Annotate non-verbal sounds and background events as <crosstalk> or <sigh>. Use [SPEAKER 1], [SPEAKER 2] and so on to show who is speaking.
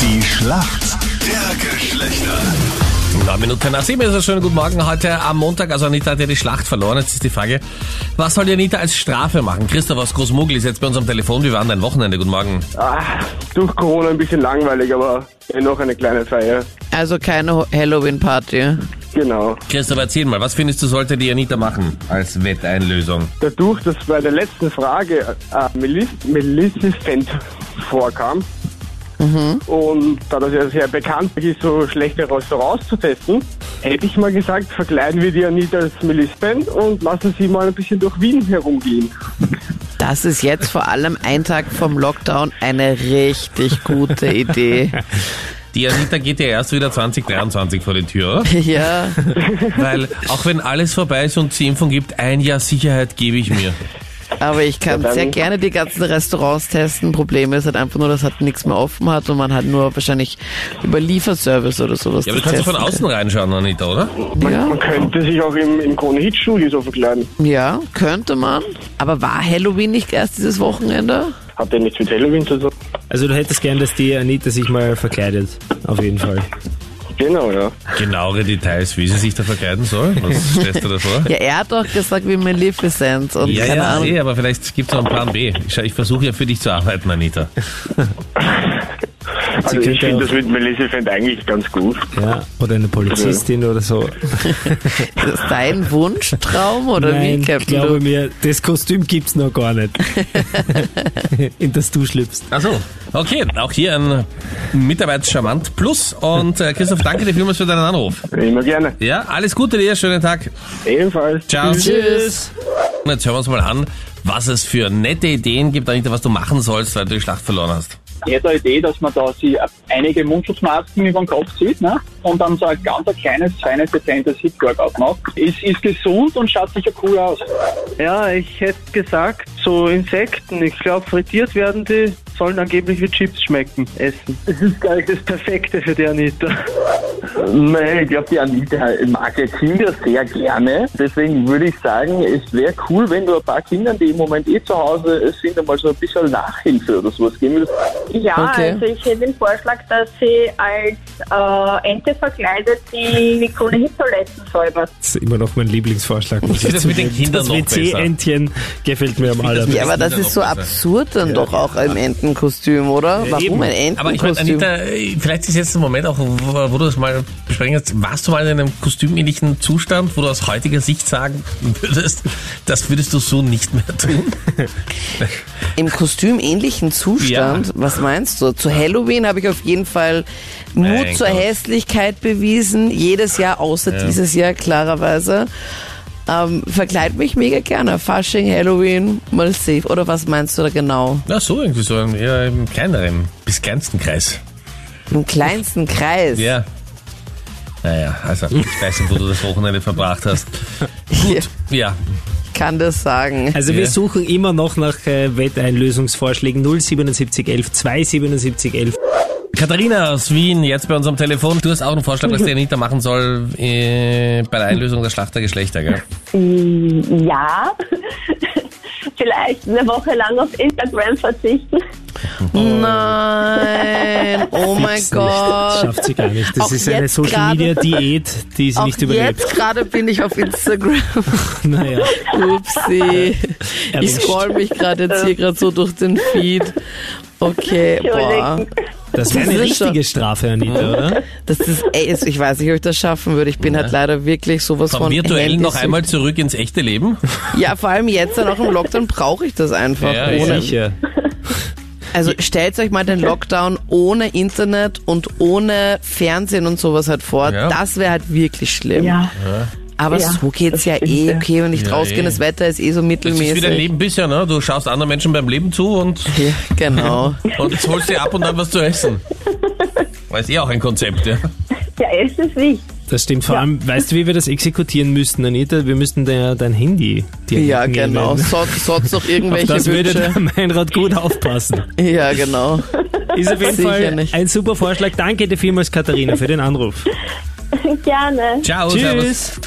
[SPEAKER 1] Die Schlacht der Geschlechter.
[SPEAKER 2] Neun Minuten nach sieben ist es schön. Guten Morgen. Heute am Montag, also Anita hat ja die Schlacht verloren. Jetzt ist die Frage, was soll die Anita als Strafe machen? Christoph aus Großmogel ist jetzt bei uns am Telefon. Wie war denn dein Wochenende? Guten Morgen.
[SPEAKER 3] Ah, durch Corona ein bisschen langweilig, aber eh noch eine kleine Feier.
[SPEAKER 4] Also keine Ho- Halloween-Party.
[SPEAKER 3] Genau.
[SPEAKER 2] Christoph, erzähl mal, was findest du, sollte die Anita machen als Wetteinlösung?
[SPEAKER 3] Dadurch, dass bei der letzten Frage äh, Melis Maleficent vorkam und da das ja sehr bekannt ist, so schlechte Restaurants zu testen, hätte ich mal gesagt, verkleiden wir die Anita als Maleficent und lassen sie mal ein bisschen durch Wien herumgehen.
[SPEAKER 4] Das ist jetzt vor allem ein Tag vom Lockdown eine richtig gute Idee.
[SPEAKER 2] Die Anita geht ja erst wieder 2023 vor die Tür, <laughs> oder?
[SPEAKER 4] Ja,
[SPEAKER 2] Weil auch wenn alles vorbei ist und es die Impfung gibt, ein Jahr Sicherheit gebe ich mir.
[SPEAKER 4] aber ich kann
[SPEAKER 3] Ja, dann-
[SPEAKER 4] sehr gerne die ganzen Restaurants testen. Problem ist halt einfach nur, dass halt nichts mehr offen hat und man halt nur wahrscheinlich über Lieferservice oder sowas
[SPEAKER 2] Ja, aber du
[SPEAKER 4] zu
[SPEAKER 2] kannst ja
[SPEAKER 4] testen
[SPEAKER 2] von außen reinschauen, Anita, oder?
[SPEAKER 3] Man,
[SPEAKER 4] Ja.
[SPEAKER 3] man könnte sich auch im, im Krone-Hit-Studio so verkleiden.
[SPEAKER 4] kann. Ja, könnte man. Aber war Halloween nicht erst dieses Wochenende?
[SPEAKER 3] Hat ja nichts mit Halloween zu tun.
[SPEAKER 5] Also du hättest gern, dass die Anita sich mal verkleidet. Auf jeden Fall.
[SPEAKER 3] Genau, ja.
[SPEAKER 2] Genauere Details, wie sie sich da verkleiden soll. <laughs> Was stellst du da vor?
[SPEAKER 4] Ja, er hat doch gesagt, wie Maleficent und
[SPEAKER 2] Ja,
[SPEAKER 4] keine
[SPEAKER 2] ja,
[SPEAKER 4] Ahnung.
[SPEAKER 2] eh, aber vielleicht gibt es noch einen Plan B. Ich, ich versuche ja für dich zu arbeiten, Anita.
[SPEAKER 3] Also ich
[SPEAKER 5] könnte auch-
[SPEAKER 3] finde das mit Maleficent eigentlich ganz gut.
[SPEAKER 5] Ja. Oder eine Polizistin oder so.
[SPEAKER 4] Ist das dein Wunschtraum oder
[SPEAKER 5] Nein,
[SPEAKER 4] wie, Captain
[SPEAKER 5] glaube
[SPEAKER 4] Luke?
[SPEAKER 5] mir, das Kostüm gibt's noch gar nicht. <laughs> In das du schlüpfst.
[SPEAKER 2] Ach so. Okay, auch hier ein Mitarbeitscharmant Plus. Und äh, Christoph, danke dir vielmals für deinen Anruf.
[SPEAKER 3] Immer gerne.
[SPEAKER 2] Ja, alles Gute dir, schönen Tag.
[SPEAKER 3] Ebenfalls.
[SPEAKER 2] Ciao.
[SPEAKER 4] Tschüss.
[SPEAKER 2] Und Jetzt hören wir uns mal an, was es für nette Ideen gibt, Anita, was du machen sollst, weil du die Schlacht verloren hast.
[SPEAKER 6] nette Idee, dass man da sich einige Mundschutzmasken über den Kopf zieht ne? und dann so ein ganz ein kleines, feines dezentes Hit-Workout macht. Es ist gesund und schaut sicher cool aus.
[SPEAKER 7] Ja, ich hätte gesagt, so Insekten. Ich glaube, frittiert werden die, sollen angeblich wie Chips schmecken, essen. Das ist, glaube ich, das Perfekte für die Anita.
[SPEAKER 8] Nein, ich glaube, die Anita mag ja Kinder sehr gerne. Deswegen würde ich sagen, es wäre cool, wenn du ein paar Kindern, die im Moment eh zu Hause sind, einmal so ein bisschen Nachhilfe oder sowas geben würdest.
[SPEAKER 9] Ja,
[SPEAKER 4] Okay.
[SPEAKER 9] also ich hätte den Vorschlag, dass sie als äh, Ente verkleidet die grüne Hit-Toiletten säubert.
[SPEAKER 5] Das ist immer noch mein Lieblingsvorschlag. muss
[SPEAKER 2] finde das mit den
[SPEAKER 5] zugeben.
[SPEAKER 2] Kindern
[SPEAKER 5] Das
[SPEAKER 2] noch besser.
[SPEAKER 5] WC-Entchen gefällt mir am allerbesten.
[SPEAKER 4] Ja, aber das
[SPEAKER 2] Kinder
[SPEAKER 4] ist so
[SPEAKER 2] noch besser.
[SPEAKER 4] absurd dann doch auch im Entenkostüm, oder? Warum
[SPEAKER 5] eben.
[SPEAKER 4] ein Entenkostüm?
[SPEAKER 2] Aber ich meine, Anita, äh, vielleicht ist jetzt der Moment auch, wo wo du das mal besprechen kannst. Warst du mal in einem kostümähnlichen Zustand, wo du aus heutiger Sicht sagen würdest, das würdest du so nicht mehr tun?
[SPEAKER 4] Im kostümähnlichen Zustand?
[SPEAKER 2] Ja.
[SPEAKER 4] Was meinst du? Zu Halloween habe ich auf jeden Fall Mut
[SPEAKER 2] Mein
[SPEAKER 4] zur
[SPEAKER 2] Gott.
[SPEAKER 4] Hässlichkeit bewiesen. Jedes Jahr, außer dieses Jahr klarerweise. Ähm, verkleid mich mega gerne. Fasching, Halloween, mal safe. Oder was meinst du da genau?
[SPEAKER 2] Na so, irgendwie so im, eher im kleineren, bis kleinsten Kreis.
[SPEAKER 4] Im kleinsten Kreis.
[SPEAKER 2] Ja. Naja, also ich weiß nicht, wo du das Wochenende verbracht hast. Gut, ja.
[SPEAKER 4] Ich kann das sagen.
[SPEAKER 5] Also
[SPEAKER 2] Ja.
[SPEAKER 5] wir suchen immer noch nach äh, Wetteinlösungsvorschlägen 07711 27711.
[SPEAKER 4] Oh
[SPEAKER 2] Katharina aus Wien, jetzt bei uns am Telefon. Du hast auch einen Vorschlag, was die Anita machen soll äh, bei der Einlösung der Schlachtergeschlechter, gell?
[SPEAKER 9] Ja, <laughs> vielleicht eine Woche lang auf Instagram verzichten.
[SPEAKER 4] Nein. Oh mein
[SPEAKER 5] Gibt's nicht. Das
[SPEAKER 4] Gott.
[SPEAKER 5] schafft sie gar nicht. Das
[SPEAKER 4] Auch
[SPEAKER 5] ist eine
[SPEAKER 4] jetzt
[SPEAKER 5] Social Media
[SPEAKER 4] gerade-
[SPEAKER 5] Diät, die sie
[SPEAKER 4] Auch
[SPEAKER 5] nicht überlebt.
[SPEAKER 4] jetzt gerade bin ich auf Instagram.
[SPEAKER 5] <laughs> Naja.
[SPEAKER 4] Upsi. Ich
[SPEAKER 5] Erwischt.
[SPEAKER 4] scroll mich gerade jetzt hier gerade so durch den Feed. Okay, boah.
[SPEAKER 5] Das wäre eine
[SPEAKER 4] Das ist schon-
[SPEAKER 5] richtige Strafe, Anita, oder?
[SPEAKER 4] Das ist, ey, ist- ich weiß nicht, ob ich das schaffen würde. Ich bin halt leider wirklich sowas
[SPEAKER 2] Vom
[SPEAKER 4] von.
[SPEAKER 2] virtuellen noch
[SPEAKER 4] Handysüchtig.
[SPEAKER 2] einmal zurück ins echte Leben.
[SPEAKER 4] Ja, vor allem jetzt dann auch im Lockdown brauche ich das einfach.
[SPEAKER 2] Ja,
[SPEAKER 4] ohne,
[SPEAKER 5] Sicher.
[SPEAKER 4] also stellt euch mal den Lockdown ohne Internet und ohne Fernsehen und sowas halt vor.
[SPEAKER 2] Ja.
[SPEAKER 4] Das wäre halt wirklich schlimm. Aber
[SPEAKER 7] Ja,
[SPEAKER 4] so geht's ja eh. Okay, wenn ich
[SPEAKER 2] Ja,
[SPEAKER 4] rausgehe,
[SPEAKER 2] eh.
[SPEAKER 4] das Wetter ist eh so
[SPEAKER 2] Das
[SPEAKER 4] mittelmäßig.
[SPEAKER 2] ist wieder ein Leben bisher, ne? Du schaust anderen Menschen beim Leben zu und,
[SPEAKER 4] ja, <laughs> genau.
[SPEAKER 2] und jetzt holst dir ab und an was zu essen. Weiß eh auch ein Konzept, ja?
[SPEAKER 9] Ja, es ist wichtig.
[SPEAKER 5] Das stimmt. Vor allem, weißt du, wie wir das exekutieren müssten, Anita? Wir müssten dein, dein Handy dir
[SPEAKER 4] Ja,
[SPEAKER 5] nehmen.
[SPEAKER 4] genau. So- Sonst noch
[SPEAKER 5] Auf
[SPEAKER 4] irgendwelche
[SPEAKER 5] das würde
[SPEAKER 4] Wünsche.
[SPEAKER 5] der Meinrad gut aufpassen.
[SPEAKER 4] Ja, genau.
[SPEAKER 5] Ist auf
[SPEAKER 4] <laughs>
[SPEAKER 5] jeden
[SPEAKER 4] Sicher
[SPEAKER 5] Fall
[SPEAKER 4] nicht.
[SPEAKER 5] ein super Vorschlag. Danke dir vielmals, Katharina, für den Anruf.
[SPEAKER 9] <laughs> Gerne.
[SPEAKER 5] Oh,
[SPEAKER 2] Ciao, servus.
[SPEAKER 5] Tschüss.